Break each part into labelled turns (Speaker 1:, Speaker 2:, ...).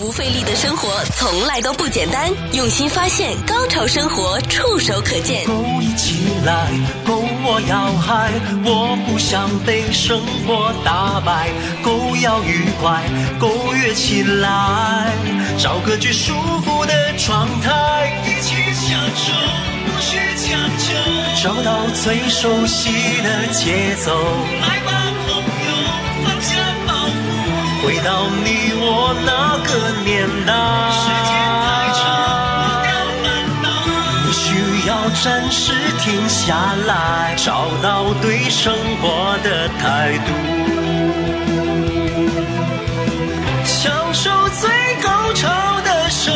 Speaker 1: 不费力的生活从来都不简单，用心发现，高潮生活触手可见
Speaker 2: 勾一起来，勾我要嗨，我不想被生活打败，勾要愉快，勾跃起来，找个最舒服的状态，一起享受，不需强求，找到最熟悉的节奏，来吧，朋友，放下包袱，回到你我那个年代。时间太长，忘掉烦恼。你需要暂时停下来，找到对生活的态度，享受最高潮的生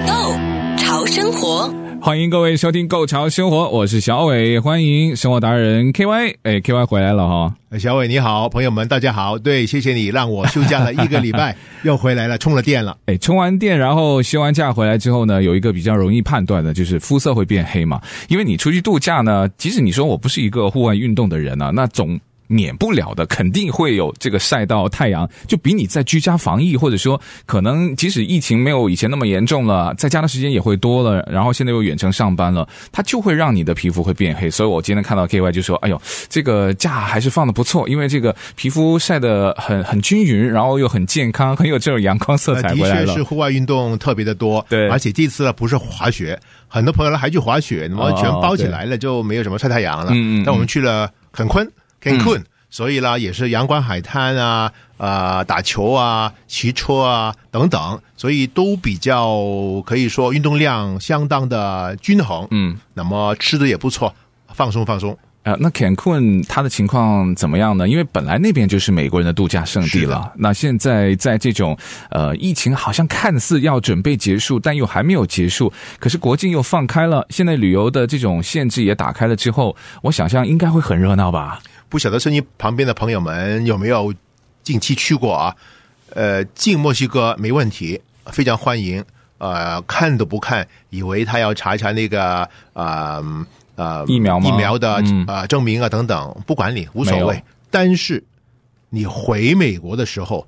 Speaker 2: 活。
Speaker 1: ，Go 潮生活，
Speaker 3: 欢迎各位收听《购潮生活》，我是小伟，欢迎生活达人 K Y，哎，K Y 回来了哈。
Speaker 4: 呃小伟你好，朋友们大家好，对，谢谢你让我休假了一个 礼拜，又回来了，充了电了。
Speaker 3: 哎，充完电，然后休完假回来之后呢，有一个比较容易判断的，就是肤色会变黑嘛。因为你出去度假呢，即使你说我不是一个户外运动的人啊，那总免不了的，肯定会有这个晒到太阳，就比你在居家防疫，或者说可能即使疫情没有以前那么严重了，在家的时间也会多了，然后现在又远程上班了，它就会让你的皮肤会变黑。所以我今天看到 K Y 就说：“哎呦，这个假还是放的不错，因为这个皮肤晒得很很均匀，然后又很健康，很有这种阳光色
Speaker 4: 呃
Speaker 3: 彩
Speaker 4: 的
Speaker 3: 回来了。”
Speaker 4: 确是户外运动特别的多，
Speaker 3: 对
Speaker 4: 而且这次呢不是滑雪，很多朋友呢还去滑雪，那么
Speaker 3: 哦
Speaker 4: 全包起来了就没有什么晒太阳了。
Speaker 3: 嗯嗯嗯嗯
Speaker 4: 但我们去了垦昆，Cancun，、所以呢也是阳光海滩啊，呃打球啊，骑车啊等等，所以都比较可以说运动量相当的均衡。
Speaker 3: 嗯，
Speaker 4: 那么吃的也不错，放松放松。
Speaker 3: 啊，那 Cancun 它的情况怎么样呢？因为本来那边就是美国人的度假胜地了，那现在在这种呃疫情好像看似要准备结束，但又还没有结束，可是国境又放开了，现在旅游的这种限制也打开了之后，我想象应该会很热闹吧？
Speaker 4: 不晓得身音旁边的朋友们有没有近期去过啊？呃，进墨西哥没问题，非常欢迎。呃，看都不看，以为他要查一查那个呃呃
Speaker 3: 疫苗吗
Speaker 4: 疫苗的
Speaker 3: 嗯
Speaker 4: 呃证明啊等等，不管你无所
Speaker 3: 没有
Speaker 4: 谓。但是你回美国的时候，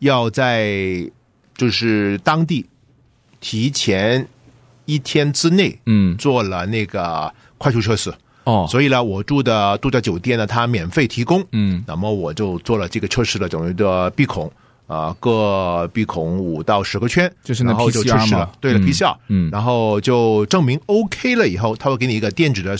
Speaker 4: 要在就是当地提前一天之内
Speaker 3: 嗯，
Speaker 4: 做了那个快速测试。
Speaker 3: 哦，
Speaker 4: 所以呢，我住的度假酒店呢，它免费提供。
Speaker 3: 嗯，
Speaker 4: 那么我就做了这个测试的等于的鼻孔，啊，各鼻孔五到十个圈，
Speaker 3: 就是那
Speaker 4: 然后就
Speaker 3: PCR
Speaker 4: 测试
Speaker 3: 嘛
Speaker 4: 了，对了
Speaker 3: 嗯
Speaker 4: PCR，
Speaker 3: 嗯
Speaker 4: 然后就证明 OK 了以后，他会给你一个电子的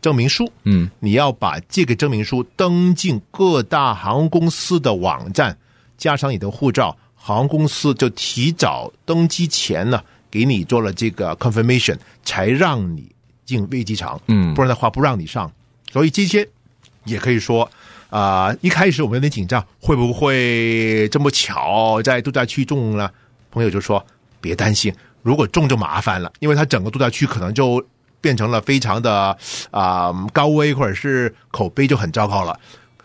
Speaker 4: 证明书，
Speaker 3: 嗯，
Speaker 4: 你要把这个证明书登进各大航空公司的网站，加上你的护照，航空公司就提早登机前呢，给你做了这个 confirmation，才让你进飞机场。
Speaker 3: 嗯
Speaker 4: 不然的话不让你上。所以这些也可以说，啊、一开始我们有点紧张，会不会这么巧在度假区中了？朋友就说别担心，如果中就麻烦了，因为它整个度假区可能就变成了非常的啊、高危，或者是口碑就很糟糕了。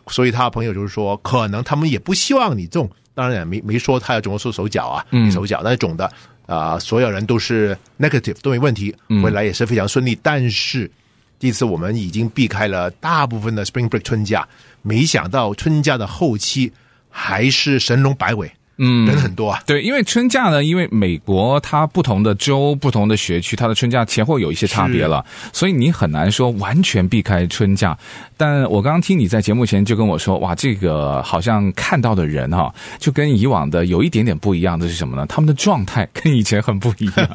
Speaker 4: 所以他的朋友就是说，可能他们也不希望你中，当然也没没说他要怎么说手脚啊，
Speaker 3: 嗯
Speaker 4: 手脚，但是总的啊、所有人都是 negative 都没问题
Speaker 3: 嗯，
Speaker 4: 回来也是非常顺利。但是这次我们已经避开了大部分的 Spring Break 春假，没想到春假的后期还是神龙摆尾，
Speaker 3: 嗯
Speaker 4: 人很多啊。
Speaker 3: 对，因为春假呢，因为美国它不同的州、不同的学区，它的春假前后有一些差别了，所以你很难说完全避开春假。但我刚刚听你在节目前就跟我说，哇，这个好像看到的人哈、就跟以往的有一点点不一样的是什么呢？他们的状态跟以前很不一 样，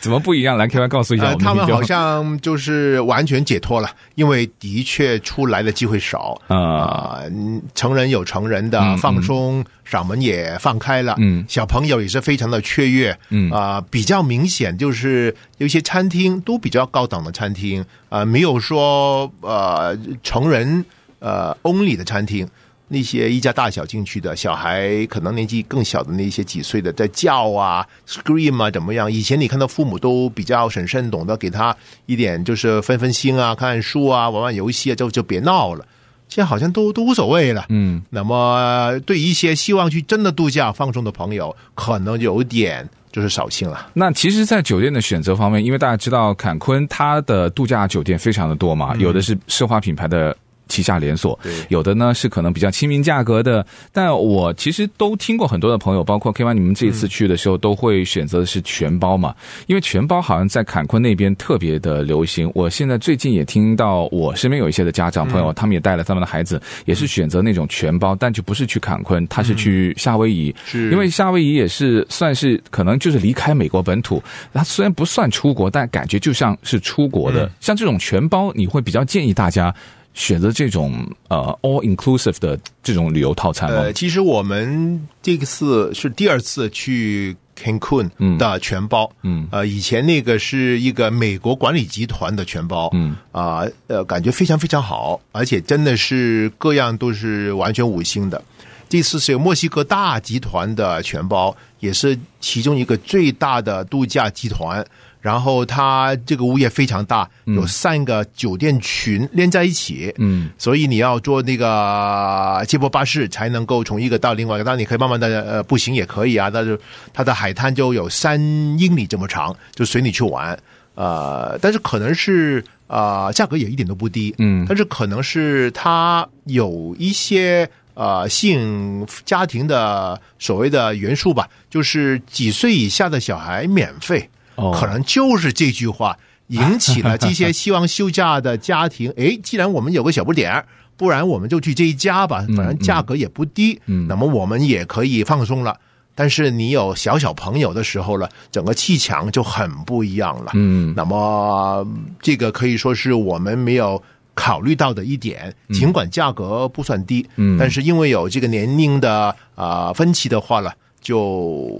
Speaker 3: 怎么不一样？来，K Y 告诉一下
Speaker 4: 呃，
Speaker 3: 我们。
Speaker 4: 他们
Speaker 3: 你就
Speaker 4: 好像就是完全解脱了，因为的确出来的机会少
Speaker 3: 啊
Speaker 4: 啊、嗯成人有成人的
Speaker 3: 嗯
Speaker 4: 放松，嗓门也放开了，
Speaker 3: 嗯
Speaker 4: 小朋友也是非常的雀跃，
Speaker 3: 嗯
Speaker 4: 啊、比较明显就是有一些餐厅都比较高档的餐厅啊、呃没有说呃成人呃 only 的餐厅。那些一家大小进去的小孩，可能年纪更小的那些几岁的，在叫啊、scream 啊，怎么样？以前你看到父母都比较审慎，懂得给他一点就是分分心啊、看看书啊、玩玩游戏啊，就就别闹了。现在好像都都无所谓了。
Speaker 3: 嗯，
Speaker 4: 那么对于一些希望去真的度假放松的朋友，可能有点就是扫兴了。
Speaker 3: 那其实，在酒店的选择方面，因为大家知道坎昆它的度假酒店非常的多嘛，有的是奢华品牌的旗下连锁
Speaker 4: 对，
Speaker 3: 有的呢是可能比较亲民价格的。但我其实都听过很多的朋友，包括 K Y，你们这一次去的时候都会选择的是全包嘛，因为全包好像在坎昆那边特别的流行。我现在最近也听到我身边有一些的家长朋友，他们也带了他们的孩子，也是选择那种全包，但就不是去坎昆，他是去夏威夷，
Speaker 4: 是
Speaker 3: 因为夏威夷也是算是可能就是离开美国本土，它虽然不算出国，但感觉就像是出国的。像这种全包，你会比较建议大家选择这种呃 all inclusive 的这种旅游套餐吗？
Speaker 4: 呃，其实我们这个次是第二次去 Cancun 的全包，
Speaker 3: 嗯
Speaker 4: 呃，以前那个是一个美国管理集团的全包，
Speaker 3: 嗯，
Speaker 4: 啊、呃，感觉非常非常好，而且真的是各样都是完全五星的。这次是有墨西哥大集团的全包，也是其中一个最大的度假集团。然后它这个物业非常大，有三个酒店群连在一起，
Speaker 3: 嗯，
Speaker 4: 所以你要坐那个接驳巴士才能够从一个到另外一个。当然你可以慢慢的呃步行也可以啊，但是它的海滩就有三英里这么长，就随你去玩。呃，但是可能是呃价格也一点都不低，
Speaker 3: 嗯
Speaker 4: 但是可能是它有一些呃吸引家庭的所谓的元素吧，就是几岁以下的小孩免费，
Speaker 3: 哦
Speaker 4: 可能就是这句话引 起了这些希望休假的家庭，诶，既然我们有个小不点儿。不然我们就去这一家吧，反正价格也不低，
Speaker 3: 嗯
Speaker 4: 那么我们也可以放松了。但是你有小小朋友的时候了，整个气场就很不一样了。
Speaker 3: 嗯
Speaker 4: 那么这个可以说是我们没有考虑到的一点，尽管价格不算低，
Speaker 3: 嗯
Speaker 4: 但是因为有这个年龄的啊、呃分歧的话呢，就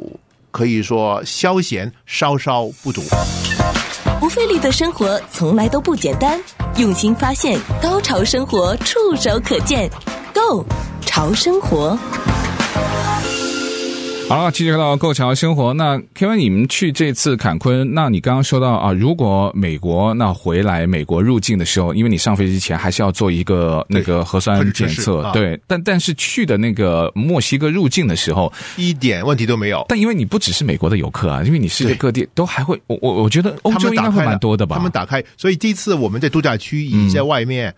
Speaker 4: 可以说消闲稍稍不足。
Speaker 1: 不费力的生活从来都不简单，用心发现，高潮生活触手可见 g o 潮生活。
Speaker 3: 好了，继续回到购桥生活。那 Kevin，你们去这次坎昆，那你刚刚说到啊，如果美国那回来美国入境的时候，因为你上飞机前还是要做一个那
Speaker 4: 对
Speaker 3: 个核
Speaker 4: 核
Speaker 3: 酸
Speaker 4: 酸
Speaker 3: 检
Speaker 4: 测试
Speaker 3: 测，
Speaker 4: 啊
Speaker 3: 对，但但是去的那个墨西哥入境的时候，啊
Speaker 4: 一点问题都没有。
Speaker 3: 但因为你不只是美国的游客啊，因为你世界
Speaker 4: 对
Speaker 3: 各地都还会，我我我觉得欧
Speaker 4: 他
Speaker 3: 洲哦
Speaker 4: 们
Speaker 3: 应该
Speaker 4: 打
Speaker 3: 会
Speaker 4: 开
Speaker 3: 蛮
Speaker 4: 了
Speaker 3: 多的吧？嗯
Speaker 4: 他们打开，所以这次我们在度假区以及在外面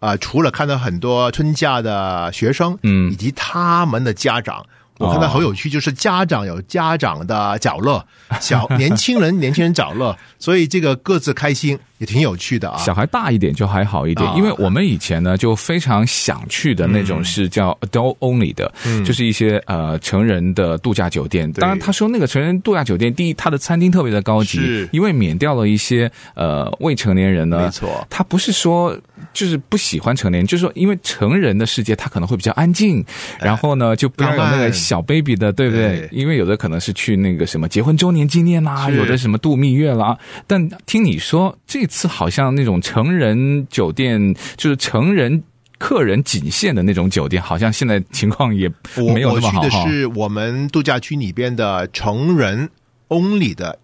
Speaker 4: 啊、呃除了看到很多春假的学生，
Speaker 3: 嗯哦
Speaker 4: 以及他们的家长。我看到好有趣，就是家长有家长的角 乐，小年轻人年轻人角乐，所以这个各自开心也挺有趣的啊。
Speaker 3: 小孩大一点就还好一点，
Speaker 4: 啊嗯
Speaker 3: 因为我们以前呢就非常想去的那种是叫 adult only 的，就是一些呃成人的度假酒店。
Speaker 4: 对
Speaker 3: 当然，他说那个成人度假酒店，第一，它的餐厅特别的高级
Speaker 4: 是，
Speaker 3: 因为免掉了一些呃未成年人呢，
Speaker 4: 没错
Speaker 3: 他不是说就是不喜欢成年人，就是说因为成人的世界他可能会比较安静，然后呢就不要有那
Speaker 4: 哎浪
Speaker 3: 个
Speaker 4: 漫
Speaker 3: 小 baby 的，对不对
Speaker 4: 对？
Speaker 3: 因为有的可能是去那个什么结婚周年纪念啦、
Speaker 4: 是
Speaker 3: 有的什么度蜜月啦。但听你说，这次好像那种成人酒店，就是成人客人仅限的那种酒店，好像现在情况也
Speaker 4: 我
Speaker 3: 没有那
Speaker 4: 我
Speaker 3: 么
Speaker 4: 去
Speaker 3: 好
Speaker 4: 的
Speaker 3: 哈。
Speaker 4: 是我们度假区里边的成人 only 的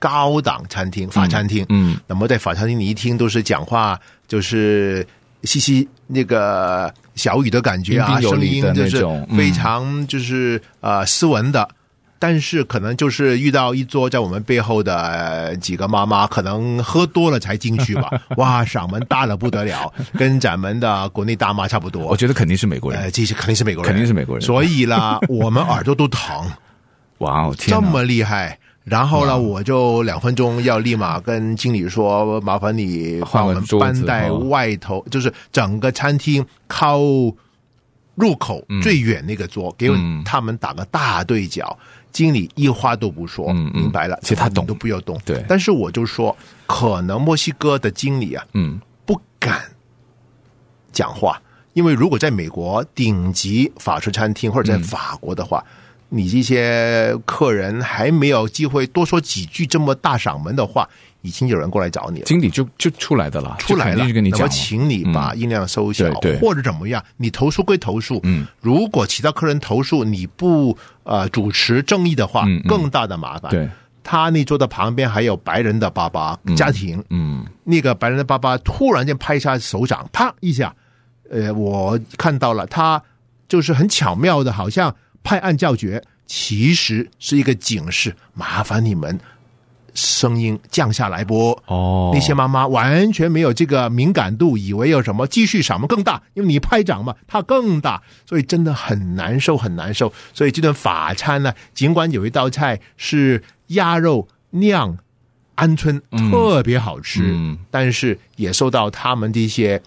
Speaker 4: 高档餐厅法餐厅，
Speaker 3: 嗯，
Speaker 4: 那么在法餐厅，你一听都是讲话就是嘻嘻那个小雨的感觉啊，
Speaker 3: 彬彬有
Speaker 4: 声
Speaker 3: 礼
Speaker 4: 音
Speaker 3: 的
Speaker 4: 就
Speaker 3: 那
Speaker 4: 是
Speaker 3: 种嗯
Speaker 4: 非常就是呃斯文的。但是可能就是遇到一桌在我们背后的呃几个妈妈，可能喝多了才进去吧， 哇，嗓门大的不得了，跟咱们的国内大妈差不多。
Speaker 3: 我觉得肯定是美国人
Speaker 4: 呃，。这是肯定是美国人，
Speaker 3: 肯定是美国人
Speaker 4: 所以啦，我们耳朵都疼，
Speaker 3: 哇哦，天嗯
Speaker 4: 这
Speaker 3: 哪！
Speaker 4: 么厉害。然后呢，我就两分钟要立马跟经理说，麻烦你
Speaker 3: 换
Speaker 4: 把我
Speaker 3: 个
Speaker 4: 们
Speaker 3: 桌子
Speaker 4: 搬在
Speaker 3: 哦
Speaker 4: 外头，就是整个餐厅靠入口最远那个桌，给我
Speaker 3: 嗯
Speaker 4: 他们打个大对角。经理一话都不说，
Speaker 3: 嗯嗯
Speaker 4: 明白了，
Speaker 3: 其实他
Speaker 4: 你们
Speaker 3: 懂
Speaker 4: 都不要动。
Speaker 3: 对
Speaker 4: 但是我就说，可能墨西哥的经理啊，
Speaker 3: 嗯
Speaker 4: 不敢讲话，因为如果在美国顶级法式餐厅或者在
Speaker 3: 嗯
Speaker 4: 法国的话，你这些客人还没有机会多说几句这么大嗓门的话，已经有人过来找你了。
Speaker 3: 经理就就出来的了，
Speaker 4: 出
Speaker 3: 就
Speaker 4: 来
Speaker 3: 肯
Speaker 4: 了，
Speaker 3: 定就跟你
Speaker 4: 那么
Speaker 3: 讲了。嗯
Speaker 4: 请你把音量收小，
Speaker 3: 对对
Speaker 4: 或者怎么样？你投诉归投诉，
Speaker 3: 嗯，
Speaker 4: 如果其他客人投诉你不呃主持正义的话，
Speaker 3: 嗯嗯
Speaker 4: 更大的麻烦。
Speaker 3: 对，
Speaker 4: 他那桌的旁边还有白人的爸爸家庭，
Speaker 3: 嗯，
Speaker 4: 那个白人的爸爸突然间拍一下手掌，啪一下，呃，我看到了，他就是很巧妙的，好像拍案叫绝，其实是一个警示，麻烦你们声音降下来不？
Speaker 3: 哦
Speaker 4: 那些妈妈完全没有这个敏感度，以为有什么继续什么更大，因为你拍掌嘛，它更大，所以真的很难受，很难受。所以这顿法餐呢，尽管有一道菜是鸭肉酿鹌鹑，特别好吃，
Speaker 3: 嗯
Speaker 4: 但是也受到他们的一些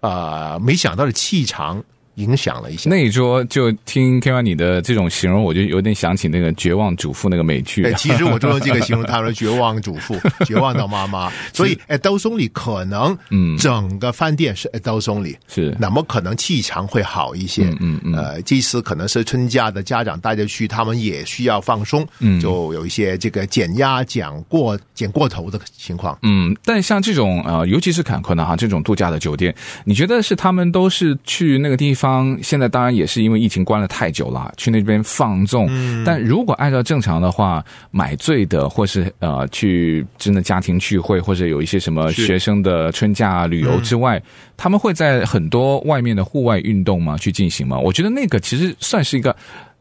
Speaker 4: 呃没想到的气场影响了一下。
Speaker 3: 那一桌就听 K Y 你的这种形容，我就有点想起那个《绝望主妇》那个美剧
Speaker 4: 哎，。其实我就用这个形容他们的绝望主妇、绝望的妈妈。所 以，哎，兜松里可能，
Speaker 3: 嗯
Speaker 4: 整个饭店是哎兜松里，
Speaker 3: 是
Speaker 4: 那么可能气场会好一些。
Speaker 3: 嗯嗯嗯
Speaker 4: 呃，这次可能是春假的家长带着去，他们也需要放松，
Speaker 3: 嗯
Speaker 4: 就有一些这个减压、减过、减过头的情况。
Speaker 3: 嗯，但像这种呃，尤其是坎昆的哈，这种度假的酒店，你觉得是他们都是去那个地方？现在当然也是因为疫情关了太久了，去那边放纵。但如果按照正常的话，买醉的或是呃去真的家庭聚会，或者有一些什么
Speaker 4: 是
Speaker 3: 学生的春假旅游之外，他们会在很多外面的户外运动吗去进行吗？我觉得那个其实算是一个。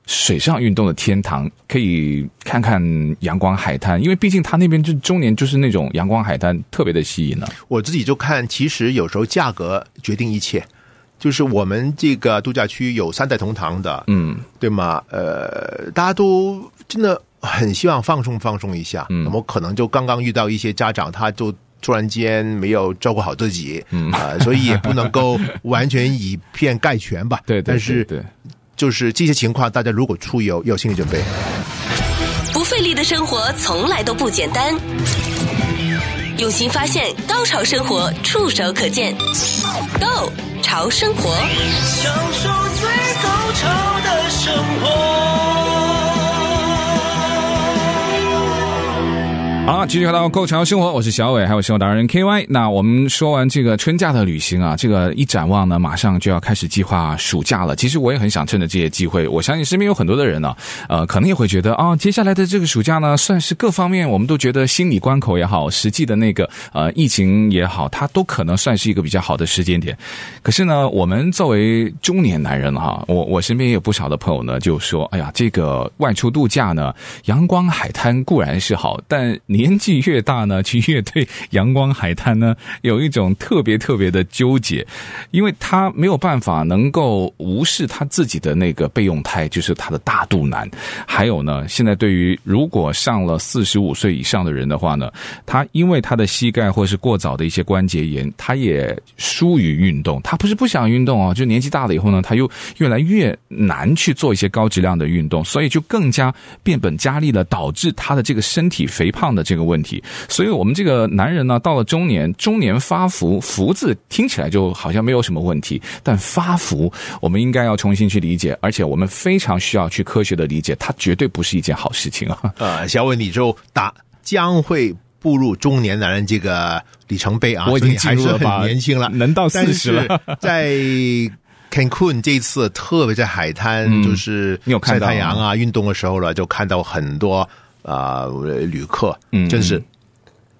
Speaker 3: 水上运动的天堂，可以看看阳光海滩，因为毕竟他那边就中年就是那种阳光海滩特别的吸引了。啊
Speaker 4: 我自己就看，其实有时候价格决定一切。就是我们这个度假区有三代同堂的，
Speaker 3: 嗯
Speaker 4: 对吗？呃，大家都真的很希望放松放松一下，
Speaker 3: 嗯
Speaker 4: 那么可能就刚刚遇到一些家长，他就。突然间没有照顾好自己，嗯呃，所以也不能够完全以偏概全吧。
Speaker 3: 对对，
Speaker 4: 但是
Speaker 3: 对对
Speaker 4: 就是这些情况，大家如果出游，要有心理准备。
Speaker 1: 不费力的生活从来都不简单，用心发现，高潮生活触手可见 Go 潮生活，
Speaker 2: 享受最高潮的生活。
Speaker 3: 好，继续回到《购潮生活》，我是小伟，还有生活达人 K Y。那我们说完这个春假的旅行啊，这个一展望呢，马上就要开始计划暑假了。其实我也很想趁着这些机会，我相信身边有很多的人呢、呃，可能也会觉得啊、接下来的这个暑假呢，算是各方面我们都觉得心理关口也好，实际的那个呃疫情也好，它都可能算是一个比较好的时间点。可是呢，我们作为中年男人哈、我我身边也有不少的朋友呢，就说，哎呀，这个外出度假呢，阳光海滩固然是好，但年纪越大呢，去越对阳光海滩呢有一种特别特别的纠结，因为他没有办法能够无视他自己的那个备用胎，就是他的大肚腩。还有呢，现在对于如果上了四十五岁以上的人的话呢，他因为他的膝盖或是过早的一些关节炎，嗯他也疏于运动。他不是不想运动哦，就年纪大了以后呢，他又越来越难去做一些高质量的运动，所以就更加变本加厉了，导致他的这个身体肥胖的这个问题。所以我们这个男人呢，到了中年，中年发福，福字听起来就好像没有什么问题，但发福我们应该要重新去理解，而且我们非常需要去科学的理解，它绝对不是一件好事情啊。
Speaker 4: 呃，小伟，你就打将会步入中年男人这个里程碑啊！
Speaker 3: 我已经
Speaker 4: 所以你
Speaker 3: 进入
Speaker 4: 还
Speaker 3: 了
Speaker 4: 是
Speaker 3: 吧
Speaker 4: 很年 轻了，
Speaker 3: 能到40了
Speaker 4: 但是 在 Cancun 这一次，特别在海滩，
Speaker 3: 嗯
Speaker 4: 就是
Speaker 3: 你有看
Speaker 4: 晒
Speaker 3: 到吗
Speaker 4: 太阳啊、运动的时候了，就看到很多呃旅客，
Speaker 3: 嗯
Speaker 4: 真是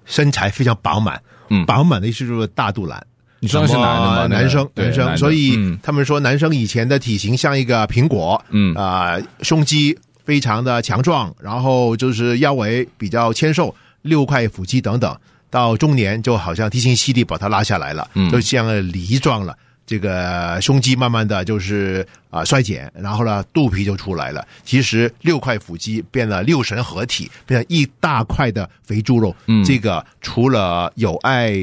Speaker 4: 身材非常饱满，
Speaker 3: 嗯
Speaker 4: 饱满的意思就是大肚腩。
Speaker 3: 你说的是男的吗？那个
Speaker 4: 啊男生，
Speaker 3: 对
Speaker 4: 男生，
Speaker 3: 的
Speaker 4: 所以
Speaker 3: 嗯
Speaker 4: 他们说男生以前的体型像一个苹果，
Speaker 3: 嗯
Speaker 4: 啊、胸肌非常的强壮，然后就是腰围比较纤瘦，六块腹肌等等，到中年就好像地心吸力把它拉下来了，
Speaker 3: 嗯
Speaker 4: 就像梨状了。这个胸肌慢慢的就是啊、衰减，然后呢肚皮就出来了。其实六块腹肌变了六神合体，变成一大块的肥猪肉。
Speaker 3: 嗯
Speaker 4: 这个除了有碍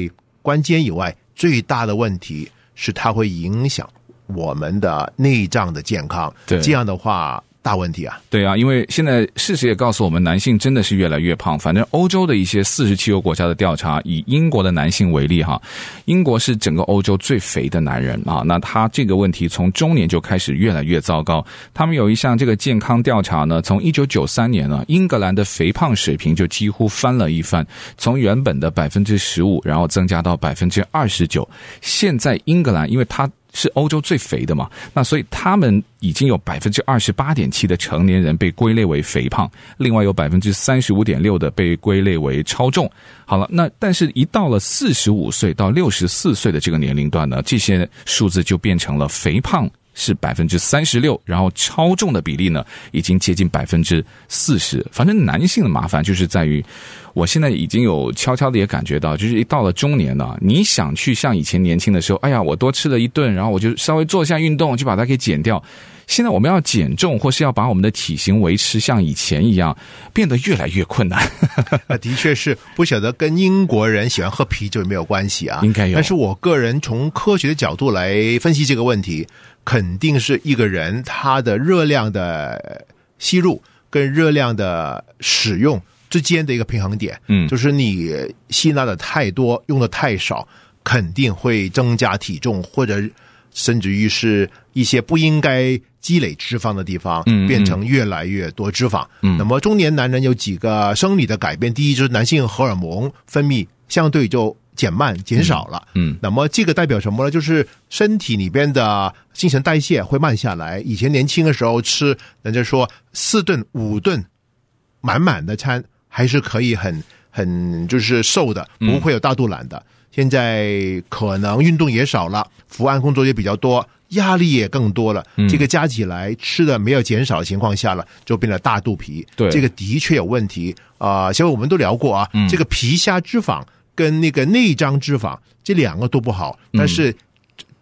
Speaker 4: 关节以外，最大的问题是它会影响我们的内脏的健康。
Speaker 3: 对
Speaker 4: 这样的话大问题啊。
Speaker 3: 对啊，因为现在事实也告诉我们，男性真的是越来越胖。反正欧洲的一些四十七个国家的调查，以英国的男性为例哈，英国是整个欧洲最肥的男人啊。那他这个问题从中年就开始越来越糟糕。他们有一项这个健康调查呢，从一九九三年呢，英格兰的肥胖水平就几乎翻了一番，从原本的百分之十五，然后增加到百分之二十九。现在英格兰，因为它是欧洲最肥的嘛，那所以他们已经有百分之二十八点七的成年人被归类为肥胖，另外有百分之三十五点六的被归类为超重。好了，那但是，一到了四十五岁到六十四岁的这个年龄段呢，这些数字就变成了肥胖。是百分之三十六，然后超重的比例呢已经接近百分之四十。反正男性的麻烦就是在于，我现在已经有悄悄的也感觉到，就是一到了中年呢，你想去像以前年轻的时候，哎呀，我多吃了一顿，然后我就稍微做一下运动就把它给减掉。现在我们要减重，或是要把我们的体型维持像以前一样，变得越来越困难。
Speaker 4: 啊，的确是不晓得跟英国人喜欢喝啤酒有没有关系啊？
Speaker 3: 应该有
Speaker 4: 但是我个人从科学的角度来分析这个问题，肯定是一个人他的热量的吸入跟热量的使用之间的一个平衡点。
Speaker 3: 嗯
Speaker 4: 就是你吸纳的太多，用的太少，肯定会增加体重，或者甚至于是一些不应该积累脂肪的地方，
Speaker 3: 嗯嗯
Speaker 4: 变成越来越多脂肪。
Speaker 3: 嗯
Speaker 4: 那么中年男人有几个生理的改变，第一就是男性荷尔蒙分泌相对就减慢、减少了。
Speaker 3: 嗯
Speaker 4: 那么这个代表什么呢？就是身体里边的新陈代谢会慢下来。以前年轻的时候吃，人家说四顿五顿满满的餐，还是可以很很就是瘦的，
Speaker 3: 嗯
Speaker 4: 不会有大肚腩的。现在可能运动也少了，伏案工作也比较多，压力也更多了。
Speaker 3: 嗯
Speaker 4: 这个加起来吃的没有减少的情况下了，就变得大肚皮。
Speaker 3: 对
Speaker 4: 这个的确有问题啊。小、伟我们都聊过啊，
Speaker 3: 嗯
Speaker 4: 这个皮下脂肪跟那个内脏脂肪这两个都不好，
Speaker 3: 嗯
Speaker 4: 但是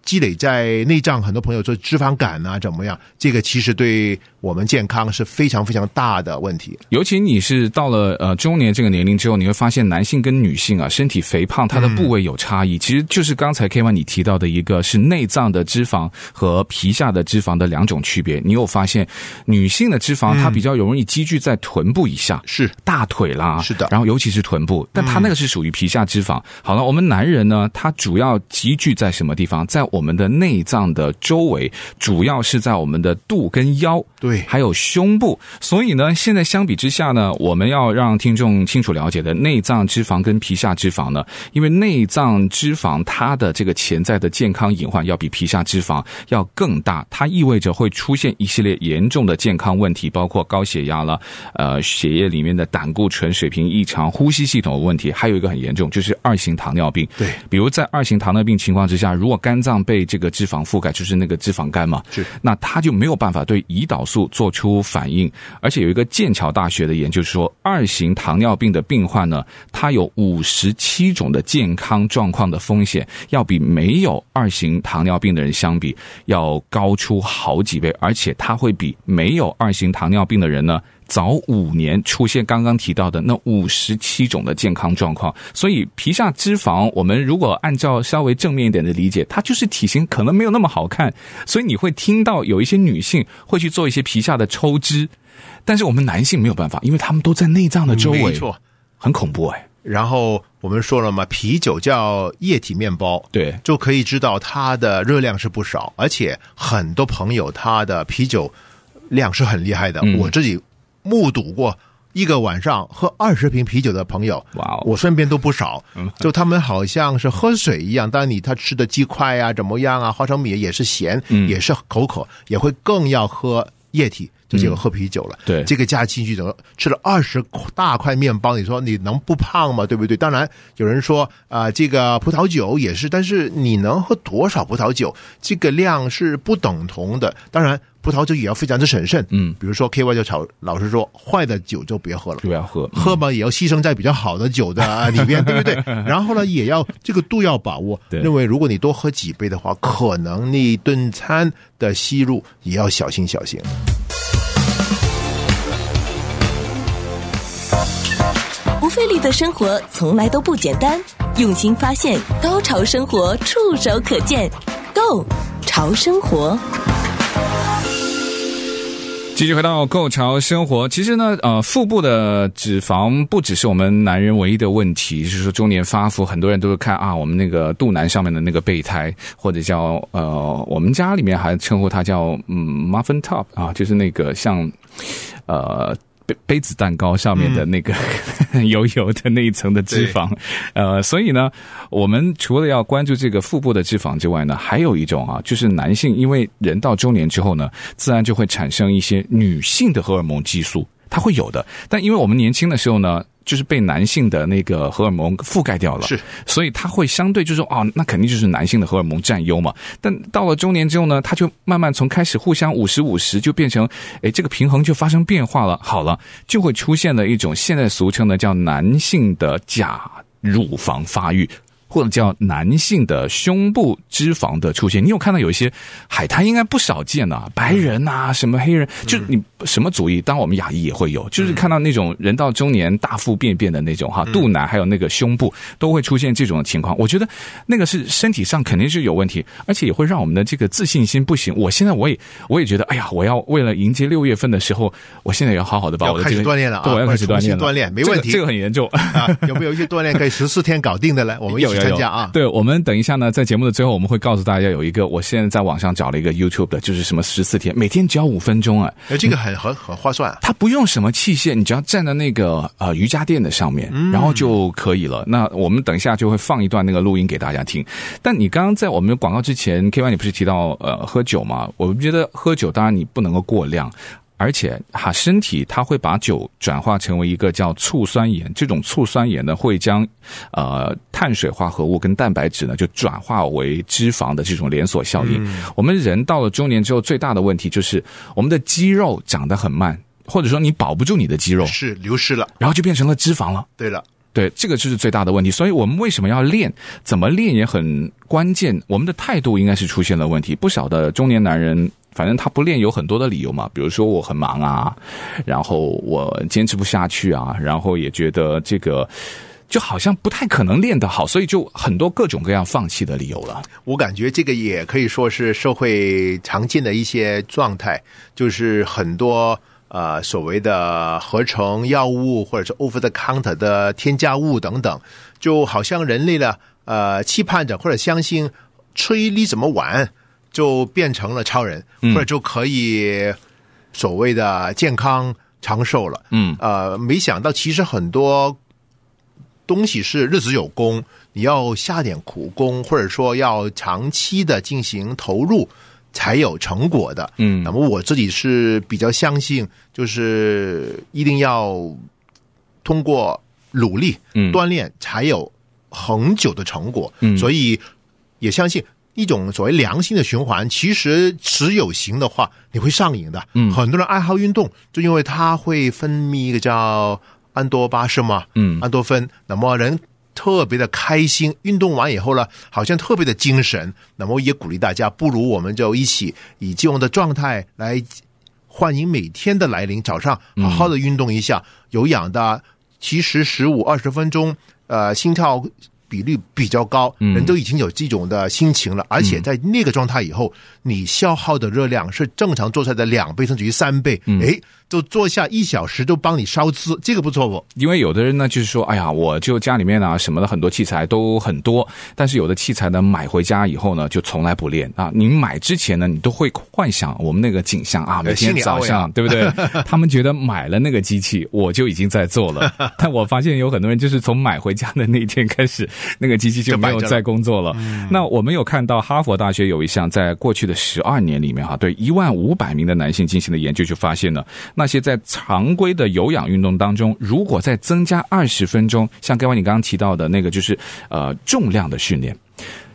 Speaker 4: 积累在内脏，很多朋友说脂肪肝啊怎么样，这个其实对我们健康是非常非常大的问题。
Speaker 3: 尤其你是到了呃中年这个年龄之后，你会发现男性跟女性啊，身体肥胖它的部位有差
Speaker 4: 嗯
Speaker 3: 异，其实就是刚才 K Y 你提到的一个是内脏的脂肪和皮下的脂肪的两种区别。你有发现，女性的脂肪
Speaker 4: 嗯
Speaker 3: 它比较容易积聚在臀部以下，
Speaker 4: 是
Speaker 3: 大腿啦，
Speaker 4: 是的
Speaker 3: 然后尤其是臀部，但它那个是属于皮下脂肪。好了，我们男人呢，他主要积聚在什么地方？在我们的内脏的周围，主要是在我们的肚跟腰，
Speaker 4: 对
Speaker 3: 还有胸部。所以呢，现在相比之下呢，我们要让听众清楚了解的内脏脂肪跟皮下脂肪呢，因为内脏脂肪它的这个潜在的健康隐患要比皮下脂肪要更大，它意味着会出现一系列严重的健康问题，包括高血压了，呃，血液里面的胆固醇水平异常、呼吸系统的问题，还有一个很严重就是二型糖尿病。
Speaker 4: 对
Speaker 3: 比如在二型糖尿病情况之下，如果肝脏被这个脂肪覆盖，就是那个脂肪肝嘛，
Speaker 4: 是
Speaker 3: 那它就没有办法对胰岛素做出反应。而且有一个剑桥大学的研究说，二型糖尿病的病患呢，它有五十七种的健康状况的风险，要比没有二型糖尿病的人相比要高出好几倍，而且它会比没有二型糖尿病的人呢。早五年出现刚刚提到的那五十七种的健康状况，所以皮下脂肪，我们如果按照稍微正面一点的理解，它就是体型可能没有那么好看，所以你会听到有一些女性会去做一些皮下的抽脂，但是我们男性没有办法，因为他们都在内脏的周围，
Speaker 4: 没错，
Speaker 3: 很恐怖哎。
Speaker 4: 然后我们说了嘛，啤酒叫液体面包，
Speaker 3: 对
Speaker 4: 就可以知道它的热量是不少，而且很多朋友他的啤酒量是很厉害的，
Speaker 3: 嗯
Speaker 4: 我自己目睹过。一个晚上喝二十瓶啤酒的朋友，
Speaker 3: 哇哦嗯
Speaker 4: 我身边都不少。就他们好像是喝水一样，但你他吃的鸡块啊，怎么样啊，花生米也是咸，
Speaker 3: 嗯
Speaker 4: 也是口渴，也会更要喝液体，就结果喝啤酒了。
Speaker 3: 嗯对
Speaker 4: 这个加进去，整个吃了二十大块面包，你说你能不胖吗？对不对？当然有人说啊、呃这个葡萄酒也是，但是你能喝多少葡萄酒？这个量是不等同的。当然，葡萄酒也要非常的审慎。
Speaker 3: 嗯，
Speaker 4: 比如说 K Y 就吵，老实说，坏的酒就别喝了。
Speaker 3: 就要喝，
Speaker 4: 喝嘛也要牺牲在比较好的酒 的里面，对不对？然后呢，也要这个度要把握。
Speaker 3: 对
Speaker 4: 认为如果你多喝几杯的话，可能那一顿餐的吸入也要小心小心。
Speaker 1: 不费力的生活从来都不简单，用心发现，高潮生活触手可见 Go 潮生活。
Speaker 3: 继续回到购潮生活，其实呢，呃，腹部的脂肪不只是我们男人唯一的问题，就是说中年发福，很多人都会看啊，我们那个肚腩上面的那个备胎，或者叫呃，我们家里面还称呼它叫嗯 muffin top 啊，就是那个像呃。杯杯子蛋糕上面的那个、 油油的那一层的脂肪，呃，所以呢，我们除了要关注这个腹部的脂肪之外呢，还有一种啊，就是男性，因为人到中年之后呢，自然就会产生一些女性的荷尔蒙激素，它会有的。但因为我们年轻的时候呢，就是被男性的那个荷尔蒙覆盖掉了，
Speaker 4: 是，
Speaker 3: 所以他会相对就说哦，那肯定就是男性的荷尔蒙占优嘛。但到了中年之后呢，他就慢慢从开始互相五十五十，就变成哎这个平衡就发生变化了。好了，就会出现了一种现在俗称的叫男性的假乳房发育。或者叫男性的胸部脂肪的出现，你有看到有一些海滩应该不少见呐、白人呐、什么黑人，
Speaker 4: 嗯
Speaker 3: 就你什么族裔，当然我们亚裔也会有，就是看到那种人到中年大腹便便的那种
Speaker 4: 嗯
Speaker 3: 哈，肚腩还有那个胸部都会出现这种情况。我觉得那个是身体上肯定是有问题，而且也会让我们的这个自信心不行。我现在我也我也觉得，哎呀，我要为了迎接六月份的时候，我现在也要好好的把
Speaker 4: 要
Speaker 3: 我的
Speaker 4: 开
Speaker 3: 这
Speaker 4: 始
Speaker 3: 个
Speaker 4: 锻炼了啊
Speaker 3: 对我要开始
Speaker 4: 或者
Speaker 3: 锻
Speaker 4: 重
Speaker 3: 炼
Speaker 4: 新
Speaker 3: 了，
Speaker 4: 锻炼没问题
Speaker 3: 这个这个很严重。
Speaker 4: 啊， 有没有一些锻炼可以十四天搞定的嘞？我们一
Speaker 3: 有
Speaker 4: 起
Speaker 3: 有
Speaker 4: 参
Speaker 3: 有
Speaker 4: 加啊！
Speaker 3: 对我们等一下呢，在节目的最后，我们会告诉大家有一个，我现在在网上找了一个 YouTube 的，就是什么十四天，每天只要五分钟啊，
Speaker 4: 哎，这个很很很划算啊。
Speaker 3: 它不用什么器械，你只要站在那个呃瑜伽垫的上面，然后就可以了。那我们等一下就会放一段那个录音给大家听。但你刚刚在我们广告之前，K Y 你不是提到呃喝酒嘛？我们觉得喝酒当然你不能够过量。而且哈，身体它会把酒转化成为一个叫醋酸盐，这种醋酸盐呢会将呃碳水化合物跟蛋白质呢就转化为脂肪的这种连锁效应。我们人到了中年之后，最大的问题就是我们的肌肉长得很慢，或者说你保不住你的肌肉，
Speaker 4: 是流失了。
Speaker 3: 然后就变成了脂肪了。
Speaker 4: 对了，
Speaker 3: 对，这个就是最大的问题。所以我们为什么要练？怎么练也很关键。我们的态度应该是出现了问题。不少的中年男人，反正他不练有很多的理由嘛，比如说我很忙啊，然后我坚持不下去啊，然后也觉得这个就好像不太可能练得好，所以就很多各种各样放弃的理由了。
Speaker 4: 我感觉这个也可以说是社会常见的一些状态，就是很多呃所谓的合成药物或者是 over the counter 的添加物等等，就好像人类呢呃期盼着或者相信吹力怎么玩就变成了超人，
Speaker 3: 嗯
Speaker 4: 或者就可以所谓的健康长寿了。
Speaker 3: 嗯，
Speaker 4: 呃，没想到其实很多东西是日子有功，你要下点苦功，或者说要长期的进行投入。才有成果的，
Speaker 3: 嗯
Speaker 4: 那么我自己是比较相信，就是一定要通过努力、
Speaker 3: 嗯
Speaker 4: 锻炼，才有恒久的成果。
Speaker 3: 嗯
Speaker 4: 所以也相信一种所谓良性的循环，其实持有型的话，你会上瘾的。
Speaker 3: 嗯
Speaker 4: 很多人爱好运动，就因为它会分泌一个叫安多巴胺嘛，
Speaker 3: 嗯
Speaker 4: 安多芬，那么人。特别的开心，运动完以后呢，好像特别的精神。那么也鼓励大家，不如我们就一起以这样的状态来欢迎每天的来临。早上
Speaker 3: 嗯
Speaker 4: 好好的运动一下，有氧的，其实十五二十分钟，呃，心跳比率比较高，
Speaker 3: 嗯
Speaker 4: 人都已经有这种的心情了。而且在那个状态以后，你消耗的热量是正常做菜的两倍甚至于三倍。
Speaker 3: 嗯
Speaker 4: 诶，就做下一小时都帮你烧脂，这个不错哦不？
Speaker 3: 因为有的人呢，就是说，哎呀，我就家里面啊什么的很多器材都很多，但是有的器材呢买回家以后呢，就从来不练啊。你买之前呢，你都会幻想我们那个景象啊，每天
Speaker 4: 心理安
Speaker 3: 早
Speaker 4: 慰啊
Speaker 3: 上，对不 对？他们觉得买了那个机器，我就已经在做 了。但我发现有很多人就是从买回家的那一天开始，那个机器就没有
Speaker 4: 就摆着了嗯
Speaker 3: 再工作了。那我们有看到哈佛大学有一项在过去的十二年里面哈、对一万五百名的男性进行的研究，就发现了那些在常规的有氧运动当中，如果再增加二十分钟，像刚刚你刚刚提到的那个，就是呃重量的训练。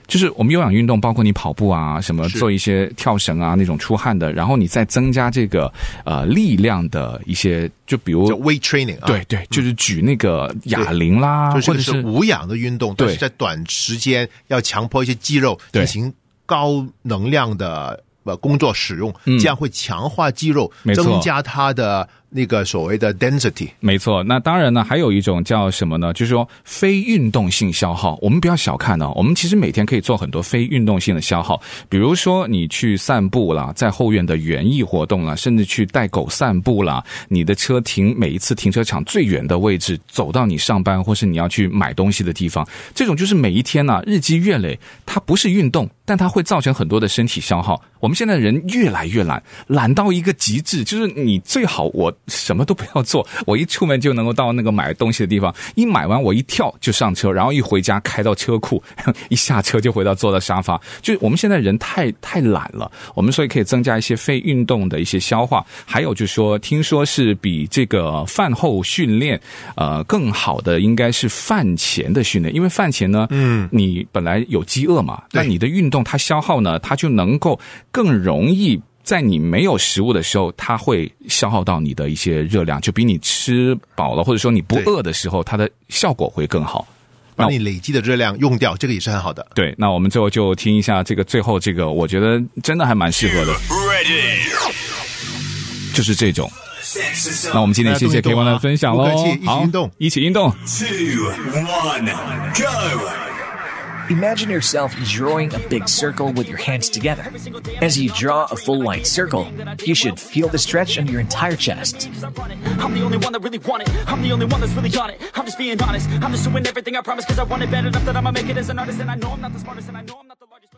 Speaker 3: 就是我们有氧运动，包括你跑步啊，什么
Speaker 4: 是
Speaker 3: 做一些跳绳啊那种出汗的，然后你再增加这个呃力量的一些，就比如
Speaker 4: 叫 weight training 啊，
Speaker 3: 对，对，就是举那个哑铃啦，
Speaker 4: 就
Speaker 3: 啊或
Speaker 4: 是
Speaker 3: 者
Speaker 4: 这个
Speaker 3: 是
Speaker 4: 是无氧的运动，但是
Speaker 3: 对
Speaker 4: 在短时间要强迫一些肌肉
Speaker 3: 对
Speaker 4: 进行高能量的。呃，工作使用，这样会强化肌肉，
Speaker 3: 嗯没错
Speaker 4: 增加它的那个所谓的 density。
Speaker 3: 没错，那当然呢，还有一种叫什么呢？就是说非运动性消耗，我们不要小看哦，我们其实每天可以做很多非运动性的消耗，比如说你去散步啦，在后院的园艺活动啦，甚至去带狗散步啦，你的车停每一次停车场最远的位置，走到你上班或是你要去买东西的地方，这种就是每一天呢、日积月累，它不是运动，但它会造成很多的身体消耗。我们现在人越来越懒，懒到一个极致，就是你最好我什么都不要做，我一出门就能够到那个买东西的地方，一买完我一跳就上车，然后一回家开到车库， 一下车就回到坐到沙发。就是我们现在人太太懒了，我们所以可以增加一些非运动的一些消化，还有就是说，听说是比这个饭后训练，呃，更好的应该是饭前的训练，因为饭前呢，嗯，你本来有饥饿嘛，
Speaker 4: 对
Speaker 3: 那你的运动它消耗呢，它就能够更容易。在你没有食物的时候，它会消耗到你的一些热量，就比你吃饱了或者说你不
Speaker 4: 对
Speaker 3: 饿的时候，它的效果会更好。
Speaker 4: 把你累积的热量用掉，这个也是很好的。
Speaker 3: 对，那我们最后就听一下这个最后这个，我觉得真的还蛮适合的，就是这种。那我们今天谢谢 K o
Speaker 4: 大家动一动啊
Speaker 3: 的分享喽，
Speaker 4: 不客气一起
Speaker 3: 好
Speaker 4: 运动
Speaker 3: 一起运动。
Speaker 5: two, one, go!
Speaker 6: Imagine yourself drawing a big circle with your hands together. As you draw a full length circle, you should feel the stretch in your entire chest.
Speaker 7: I'm the only one that really want it. I'm the only one that's really on it. I'm just being honest. I'm just doing everything I promise because I want it bad enough that I'ma make it as an artist. And I know I'm not the smartest and I know I'm not the largest.